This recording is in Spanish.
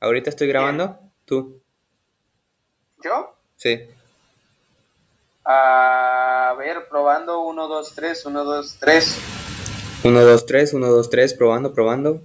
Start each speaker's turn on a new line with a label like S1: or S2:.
S1: Ahorita estoy grabando. Tú.
S2: ¿Yo?
S1: Sí.
S2: A ver, probando 1, 2, 3, 1, 2, 3.
S1: 1, 2, 3, 1, 2, 3, probando, probando.